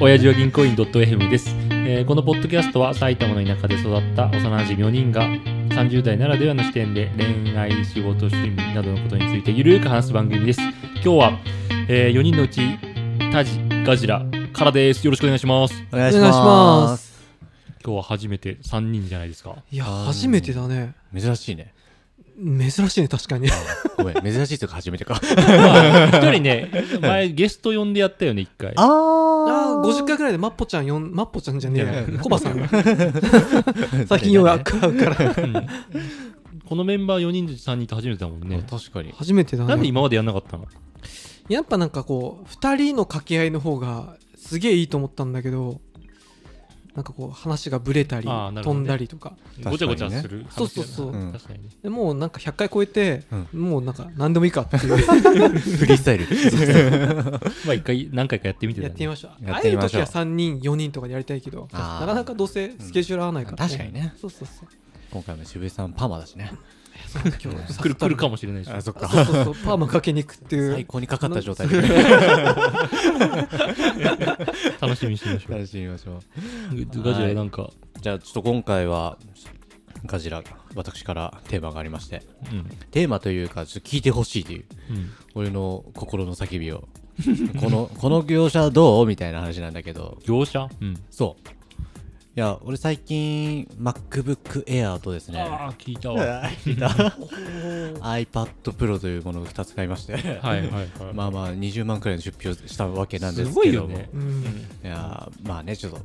親父は銀行員 .fm です、えーこのポッドキャストは埼玉の田舎で育った幼馴染4人が30代ならではの視点で恋愛、仕事、趣味などのことについてゆるーく話す番組です。今日は、え4人のうちタジ、ガジラからです。よろしくお願いします。お願。いしますお願いします今日は初めて3人じゃないです か。いや、あー初めてだね。珍しいね。珍しいね、確かに。ごめん、珍しいというか初めてか。まあ一人ね、前ゲスト呼んでやったよね、一回。ああーあ、50回くらいでマッポちゃん呼ん、マッポちゃんじゃねえいやや。コバさんが。最近ようやく会うから。うんこのメンバー4人で3人って初めてだもんね。確かに。初めてだなんでね。今までやんなかったのやっぱなんかこう、二人の掛け合いの方がすげえいいと思ったんだけど、なんかこう、話がブレたり、あーなるほどね飛んだりとか。かにねごちゃごちゃする話だな。そうそうそううん確かにね。でもうなんか100回超えて、うもうなんか何でもいいかっていうフリースタ イル。まあ一回、何回かやってみてだやねってみましょう。やっ会てえみるましょう時は3人、4人とかでやりたいけど、あーなかなかどうせスケジュール合わないから、確かにね。そうそうそう。今回も渋井さんパーマだしね。今日来る来るかもしれないし。そっそうそうそう、パーマかけに行くってい最う。高にかかった状態で。楽しみにしてみましょう。楽しみましょう。ガジラなんか、じゃあ、ちょっと今回は、ガジラ、私からテーマがありまして。うん。テーマというか、ちょっと聞いてほしいという、うん俺の心の叫び を。この、この業者どうみたいな話なんだけど、業者うん。そう。いや、俺最近、MacBook Air とですね、ああ、聞いたわ。 iPad Pro というものを2つ買いまして、はいはいはい。まあまあ20万くらいの出費をしたわけなんですすごけいどよもね。うん。いやーまあねちょっと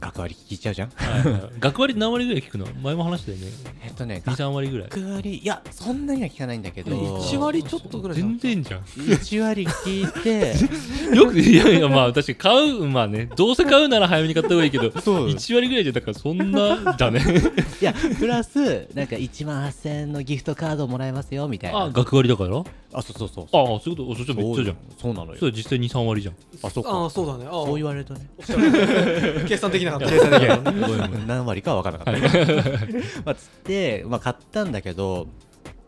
学割聞いちゃう じゃんはいはい学割何割ぐらい聞くの前も話したよね。えっとね2、3割ぐらい。学割いやそんなには聞かないんだけど1割ちょっとぐらいだ全然じゃん。 1割聞い てよく、いやいや、まあ、確かに買う、まあね、どうせ買うなら早めに買った方がいいけど、そう1割ぐらいじゃ、だからそんな、だね。いやプラスなんか1万8000円のギフトカードもらえますよみたいあなあ、学割だからああそうそうそうあ、そういうことお、そっちはめっちゃじゃん。そうなのそよう実際2、3割じゃん。あそっあかあ、そうだね。ああ、そう言われる とね計算できなかった。何割かは分からな かった、まあつって、まあ、買ったんだけど、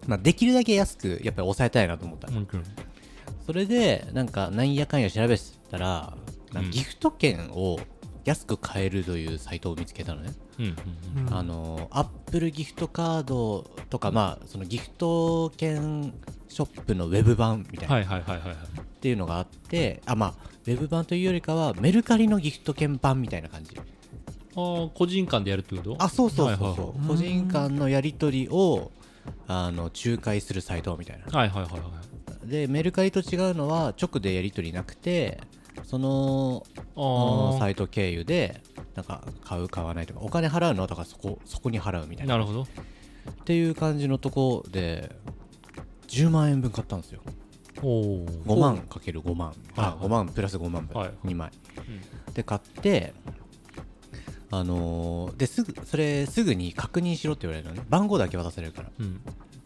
まあ、できるだけ安くやっぱり抑えたいなと思った、もう一回それでなんかなんやかんや調べてたらなんうんかギフト券を安く買えるというサイトを見つけたのね、うんうんうんあのアップルギフトカードとか、まあ、そのギフト券ショップのウェブ版みたいな、はいはいはいはいはい。っていうのがあってあ、まあ、ウェブ版というよりかはメルカリのギフト券版みたいな感じああ、個人間でやるってことあそうそうそうはそはいう個人間のやり取りをあの仲介するサイトみたいないはいはいはいはいはい。でメルカリと違うのは直でやり取りなくてそのあサイト経由でなんか買う買わないとかお金払うのはだからそこそこに払うみたあ、いななるほど。っていう感じのとこで10万円分買ったんですよおお。 5万かける5万はいあ5万プラス5万分、はい2枚、で買ってあのーですぐそれすぐに確認しろって言われるのね番号だけ渡されるからうん。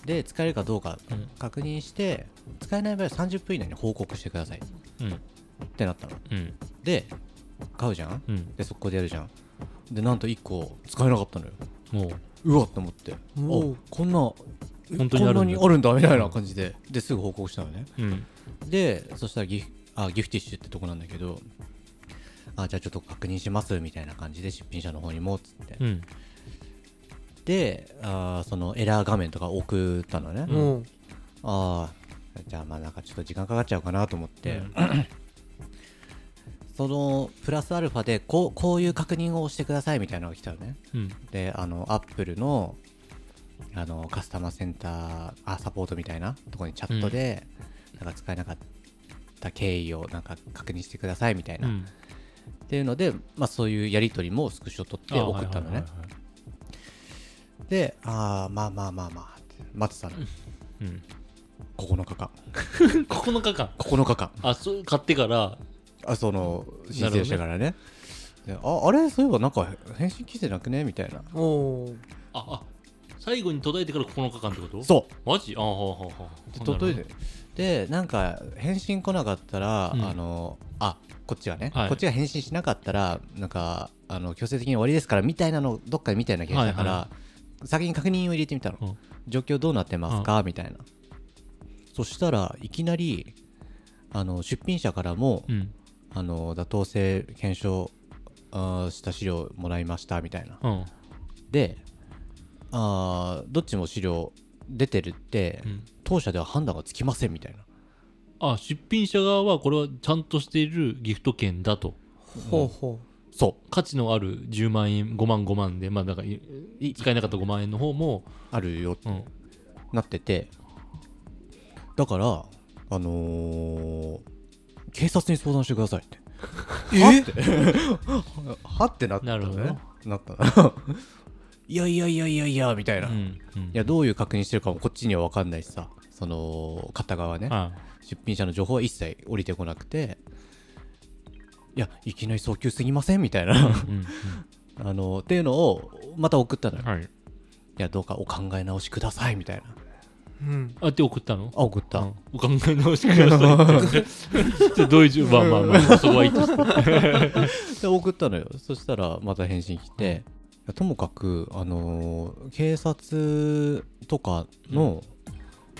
で使えるかどうかうん確認して、使えない場合は30分以内に報告してくださいっうん。てなったのうん。で買うじゃんうん。で速攻でやるじゃんでなんと1個使えなかったのよもう。うわっと思ってあおうこんな本当にあるんだこんなにあるんだみたいな感じでですぐ報告したのねうん。でそしたらギフあギフティッシュってとこなんだけどあじゃあちょっと確認しますみたいな感じで出品者の方にもつって、うん。であーそのエラー画面とか送ったのね、うんもう、ああじゃあまあなんかちょっと時間かかっちゃうかなと思って、そのプラスアルファでこうこういう確認をしてくださいみたいなのが来たのねうん。であのアップルのあのカスタマーセンターあサポートみたいなとこにチャットで、なんか使えなかった経緯をなんか確認してくださいみたいな、うっん。ていうので、まあ、そういうやり取りもスクショ取ってあ送ったのね、はいはいはいはでああまあまあまあまあって待ってたのいうん。 9日間9日間。 9日間あ、そう、買ってから、あその申請してからねでああれそういえばなんか返信来てなくねみたいなおうあ、あ、最後に途絶えてから9日間ってこと。そうマジああ、はあはあはうであ。届いてでなんか返信来なかったら、うんあのあこっちがね、はいこっちが返信しなかったらなんかあの強制的に終わりですからみたいなのどっかで見たような気がしたから、は先に確認を入れてみたの、うん状況どうなってますか、みたいなそしたらいきなりあの出品者からも、うん。あの妥当性検証あーした資料もらいましたみたいなうんであーどっちも資料出てるって、うん当社では判断がつきませんみたいなあ出品者側はこれはちゃんとしているギフト券だとほうほそ価値のある10万円5万5万でまあだからいうい使えなかった5万円の方も、あるようん、なっててだからあのー警察に相談してくださいってうえ はってなったなるほどねなったな いやいやいやいやいやみたいうな、いんうんやどういう確認してるかもこっちには分かんないしさその片側ねあ出品者の情報は一切降りてこなくていやいきなり早急すぎませんみたいなあうん あのっていうのをまた送ったのうよん、はいいやどうかお考え直しくださいみたいなうんあって送ったのあ送った、うんお考え直してくださいって どういう順番まあまあまあそこはいいとしてで送ったのよそしたらまた返信来て、いやともかく、あのー警察とかの、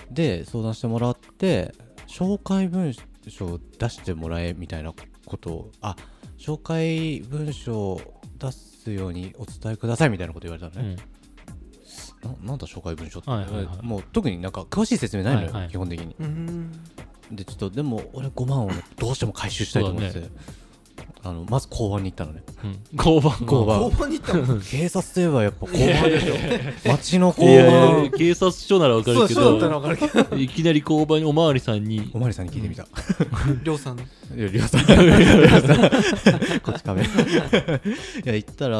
で相談してもらって紹介文書を出してもらえみたいなことをあ紹介文書を出すようにお伝えくださいみたいなこと言われたのね、ななんだ紹介文書って、はいはいはいもう特になんか詳しい説明ないのよ、はいはい基本的にうんでちょっとでも俺5万をどうしても回収したいと思ってて、そうあのまず交番に行ったのねうんうん交番交番交番に行ったの警察といえばやっぱ交番でしょ町のい交やいやいや番警察署ならわかそうるけそうだったらど分かるけどいきなり交番におまわりさんにおまわりさんに聞いてみた、りょうさんのいやりょうさんりょうさんこっち壁いや行ったらい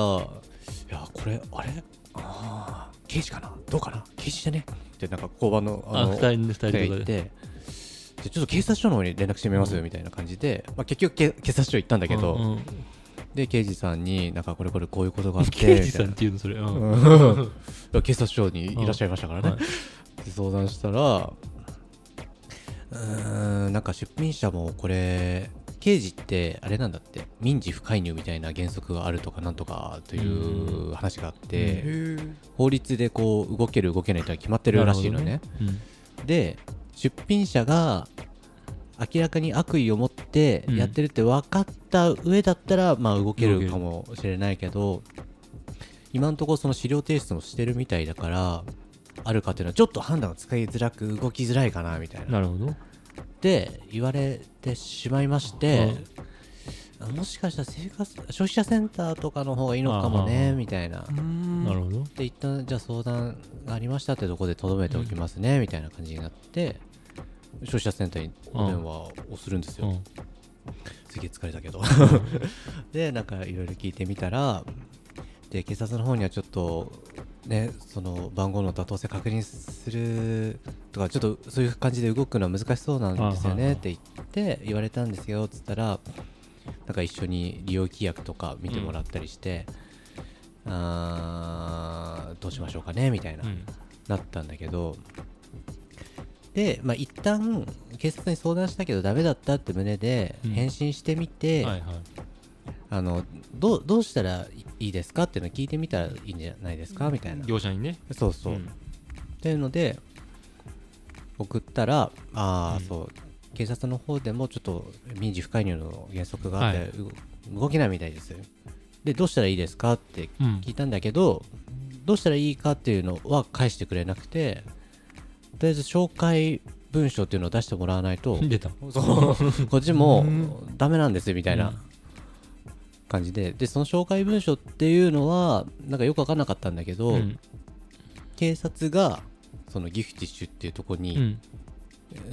やこれあれあー刑事かなどうかな刑事じゃねってなんか交番のあの二人二人がと行かっでてでちょっと警察署の方に連絡してみますみたいな感じで、まあ、結局け警察署行ったんだけど、うんうんで刑事さんになんかこれこれこういうことがあって刑事さみたいんっなていうのそれうんうん 警察署にいらっしゃいましたからね、はいで相談したらうーんなんか出品者もこれ刑事ってあれなんだって民事不介入みたいな原則があるとかなんとかという話があってへえ法律でこう動ける動けないとは決まってるらしいのなねるほどねで出品者が明らかに悪意を持ってやってるって分かった上だったら、まあ動動けけるるかもしれないけど今のところその資料提出もしてるみたいだからあるかっていうのはちょっと判断が使いづらく動きづらいかなみたいうんなっなるほどて言われてしまいまして、もしかしたら生活消費者センターとかの方がいいのかもあねーみたいなうんなるほどで一旦じゃあ相談がありましたってとこでとどめておきますね、みたいな感じになって消費者センターにお電話をするんですよ、うんすげえ疲れたけど でなんかいろいろ聞いてみたらで警察の方にはちょっとねその番号の妥当性確認するとかちょっとそういう感じで動くのは難しそうなんですよあはいはいねって言って言われたんですよっつったらなんか一緒に利用規約とか見てもらったりして、あーどうしましょうかねみたいな、うんなったんだけどで、まあ、一旦警察に相談したけどダメだったって胸でうん返信してみて、はいはいあのどうどうしたらいいですかっていうのを聞いてみたらいいんじゃないですかみたいな業者にねそうそう、うんっていうので送ったらああ、うんそう警察の方でもちょっと民事不介入の原則があって、はいう動けないみたいですでどうしたらいいですかってうん聞いたんだけど、どうしたらいいかっていうのは返してくれなくてとりあえず紹介文書っていうのを出してもらわないと出たそうこっちもうんダメなんですみたいうなん感じででその紹介文書っていうのはなんかよく分かんなかったんだけど、うん警察がそのギフティッシュっていうとこうに、ん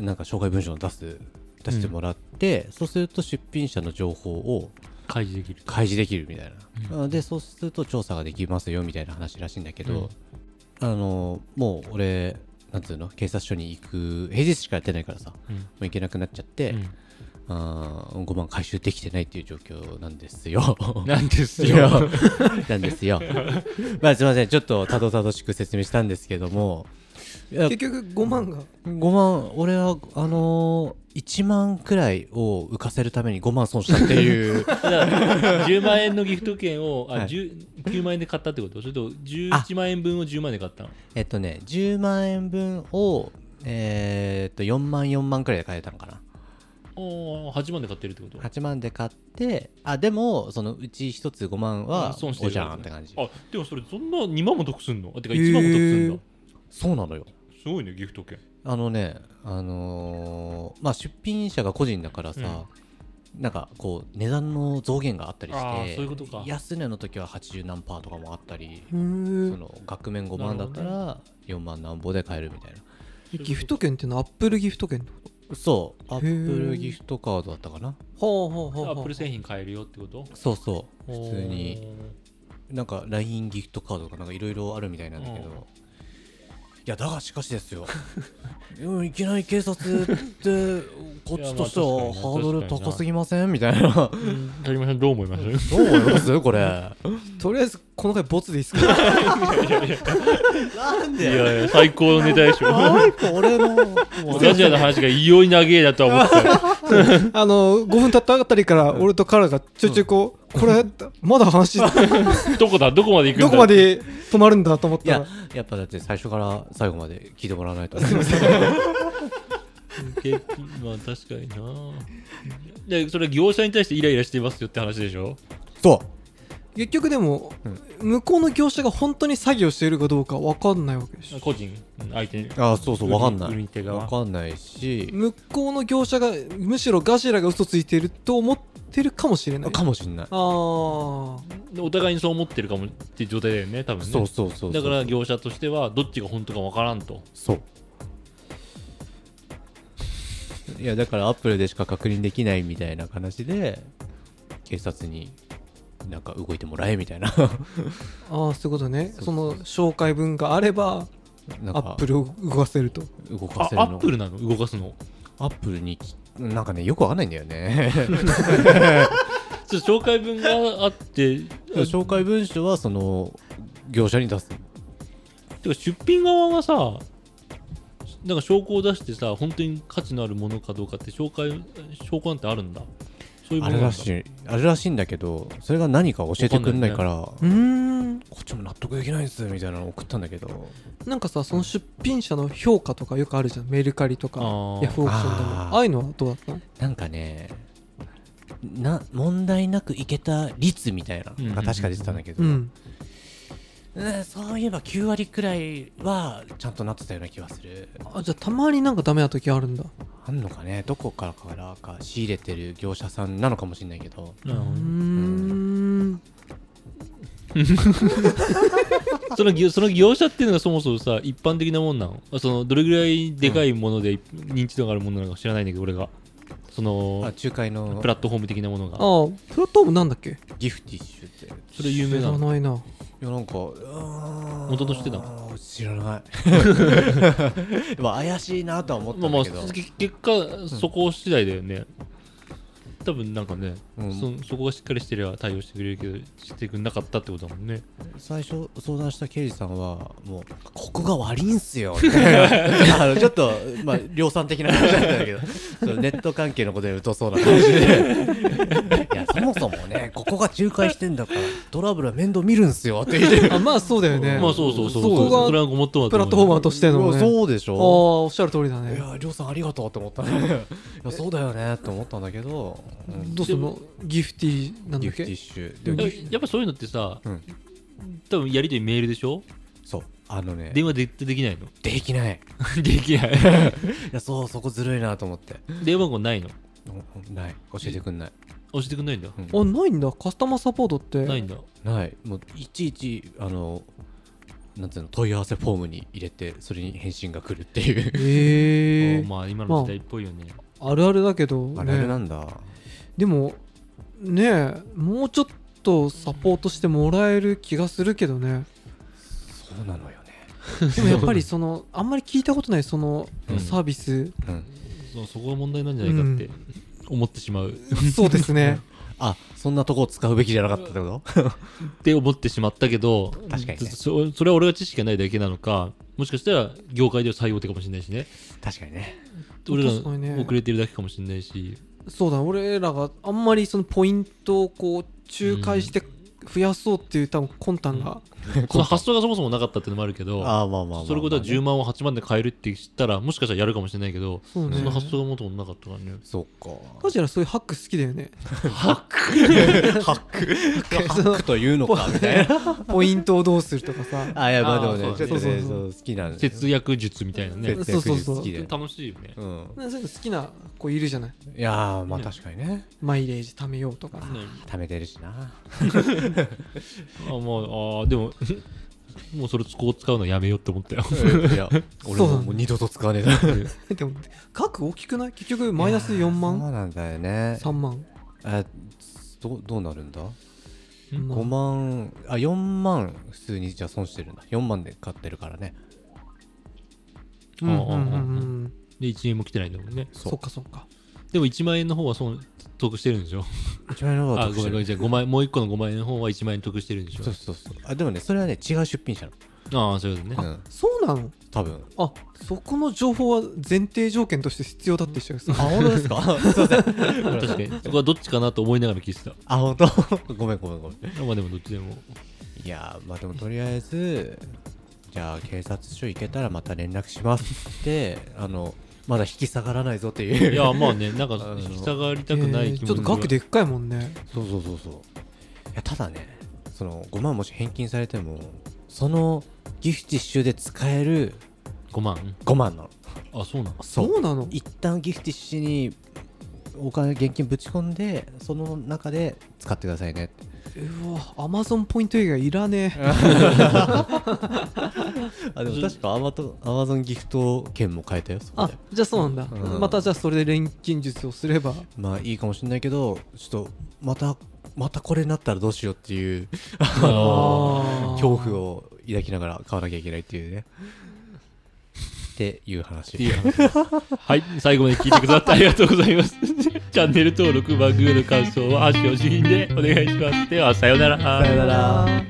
なんか紹介文書を出す出してもらって、そうすると出品者の情報を開示できる開示できるみたいな、うでそうすると調査ができますよみたいな話らしいんだけうんど、あのもう俺なんつうの警察署に行く平日しかやってないからさもうんう行けなくなっちゃって、うんあー5万回収できてないっていう状況なんで すよなんですいやよ なんですよまあすいませんちょっとたどたどしく説明したんですけどもいや結局5万が5万俺はあのー、1万くらいを浮かせるために5万損したっていうだから10万円のギフト券をあ、はい10 9万円で買ったってことそれと11万円分を10万円で買ったのえっとね10万円分をえーっと4万4万くらいで買えたのかなおー8万で買ってるってこと8万で買ってあでもそのうち1つ5万あは損しておるじゃんって感じあでもそれそんな2万も得すんのあてか1万も得すんだ、そうなのよすごいねギフト券あのねあのーまあ出品者が個人だからさ、なんかこう値段の増減があったりあしてーそういうことか安値の時は80何パーとかもあったりそうーんの額面5万だったなら4万何ぼで買えるみたいなギフト券っていうのはアップルギフト券ってこそうアップへールギフトカードだったかなとほうほうアほうップル製品買えるよってことそうそう普通になんか LINE ギフトカードとかなんかいろいろあるみたいなんだけど、うんいやだがしかしですよ うんいきなり警察ってこっちとしていやまあ確かになはハードル高すぎませんみたいな竹山さんどう思いますどう思 いますこれとりあえずこの回ボツでいいっすかなんいやいや最高のネタでしょなんか俺のラジオの話が異様に長えだとは思ってたよあの5分経ったあたりから俺とカラがちょいちょいこうこれまだ 話どこだどこまで行くんだ どこまで止まるんだと思っいたやらやっぱだって最初から最後まで聞いてもらわないとい景気まあ確かになでそれ業者に対してイライラしてますよって話でしょそ結局でもうん向こうの業者が本当に詐欺をしているかどうか分かんないわけでしょ個人うん相手にうあそうそうわかんな売りい手側わかんないし向こうの業者がむしろガジラが嘘ついていると思ってるかもしれないかもしんないあーでお互いにそう思ってるかもっていう状態だよね多分ねそうそうそうそうだから業者としてはどっちが本当かわからんとそういやだからアップルでしか確認できないみたいな話で警察になんか動いてもらえみたいなあーそういうことねうその紹介文があれば なんアッかプルを動かせると動かあせるアのップルなの動かすのアップルにきなんかねよくわかんないんだよ ねそれ紹介文があってあ紹介文書はその業者に出すてか出品側がさなんか証拠を出してさ本当に価値のあるものかどうかって紹介証拠なんてあるんだそういうもあのなんだれらしいあれらしいんだけどそれが何か教えてくんないからうーんこっちも納得できないですみたいなの送ったんだけどなんかさその出品者の評価とかよくあるじゃんメルカリとかあーヤフオクションでもあーああいうのはどうだったのなんかねな問題なくいけた率みたいなうんのが確か出てたんだけど、うんうんそういえば9割くらいはちゃんとなってたような気がするあじゃあたまになんかダメな時あるんだあんのかねどこからからか仕入れてる業者さんなのかもしれないけどなるほうどねーんその業その業者っていうのがそもそもさ一般的なもんなのあそのどれぐらいでかいもので認知度があるものなのか知らないんだけど俺がそあの仲介のプラットフォーム的なものあがープラットフォームなんだっけギフティッシュっていそれ有名知ならのないなやなんか元元々知ってた知らないまあ怪しい なとは思っまたあんまあだけど、け結果そこ次第だよね多分なんかね、うんそそこがしっかりしてれば対応してくれるけどしてくれなかったってことだもんね最初相談した刑事さんはもうここが悪いんすよみたいなあのちょっとまあ量産的な話だったんだけどそうネット関係のことで疎そうな感じでいやそもそもねここが仲介してんだからトラブルは面倒見るんすよって言ってあまあそうだよ ねまあそうそうそうそこがそれはごもっともだと思うプラットフォーマーとしてのいやねそうでしああーょおっしゃる通りだいねや量産ありがとうって思ったねいやそうだよねって思ったんだけど、うんどうするのギフティなんだギっフティッけシうュんでやっぱやっぱそういうのってさ、うん多分やりとりメールでしょそうあのね電話絶対できないの できないできないいやそうそこずるいなと思って電話番号ないのおない教えてくんない教えてくんないんだ、うんあないんだカスタマーサポートってないんだないもういちいちあのなんていうの問い合わせフォームに入れてそれに返信が来るっていうへえあーまあ今の時代っぽいよね、あるあるだけど、あれあれなね、んだでもねえもうちょっとサポートしてもらえる気がするけど ねそうなのよねでもやっぱりそのあんまり聞いたことないそのうんサービス、うんそうそこが問題なんじゃないかって、う思ってしまうっそうで すねあそんなとこを使うべきじゃなかったってことて思ってしまったけど確かにねそそれは俺が知識がないだけなのかもしかしたら業界では採用手かもしれないしね 確かにね俺ら確かにね遅れてるだけかもしれないしそうだ俺らがあんまりそのポイントをこう仲介して増やそうっていう多分魂胆がその発想がそもそもなかったっていうのもあるけどああまあまあまあまあそれこそ10万を8万で買えるって知ったらもしかしたらやるかもしれないけどそうねその発想がもともとなかったからねそっかカジラそういうハック好きだ よねハックハックハそのックというの かみたいなポイントをどうするとか さあいやまあでもあーねそちょうだっとねねそそうそうそうう好きなんで節約術みたいなね節そうそう約そ術う好きで楽しいよねうんなんかそういうの好きな子いるじゃないいやーまあ確かにねマイレージ貯めようとかさね貯めてるしなあまああーでももうそれこう使うのやめようって思ったよ いや俺そうなもんだもう二度と使わねえだろ でも額大きくない結局マイナス4いやーそ万うなんだよね3万えどどうなるんだうん5万あ4万普通にじゃあ損してるんだ4万で買ってるからねうんうんうんうんで1円も来てないんだもんねそっかそっかでも1万円の方は損得してるんでしょ1万円の方があ得ごしめてんごめんじゃるあ5万円もう1個の5万円の方は1万円得してるんでしょそうそうそうあでもねそれはね違う出品者なああそういうことねの、うん、そうなの多分あそこの情報は前提条件として必要だって人がさあ本当です かすいません確 かにそこはどっちかなと思いながら聞いてたあ本当 ごめんごめんごめんまあでもどっちでもいやーまあでもとりあえずじゃあ警察署行けたらまた連絡しますってあのまだ引き下がらないぞっていういやまあねなんかあの引き下がりたくないえー気持ちょっと額でっかいもんねそうそうそうそういやただねその5万もし返金されてもそのギフティッシュで使える5万5万なのあそうなのそそうなの一旦ギフティッシュにお金現金ぶち込んでその中で使ってくださいねうわアマゾンポイント以外いらねえあでも確かアマトアマゾンギフト券も買えたよそこあでじゃあそうなんだうんまたじゃあそれで錬金術をすればまあいいかもしれないけどちょっとまたまたこれになったらどうしようっていうあー恐怖を抱きながら買わなきゃいけないっていうねっていう話いい話ですはい、最後まで聞いてくださってありがとうございます。チャンネル登録、番組の感想は、足をしぎでお願いします。では、さようなら。さようならあー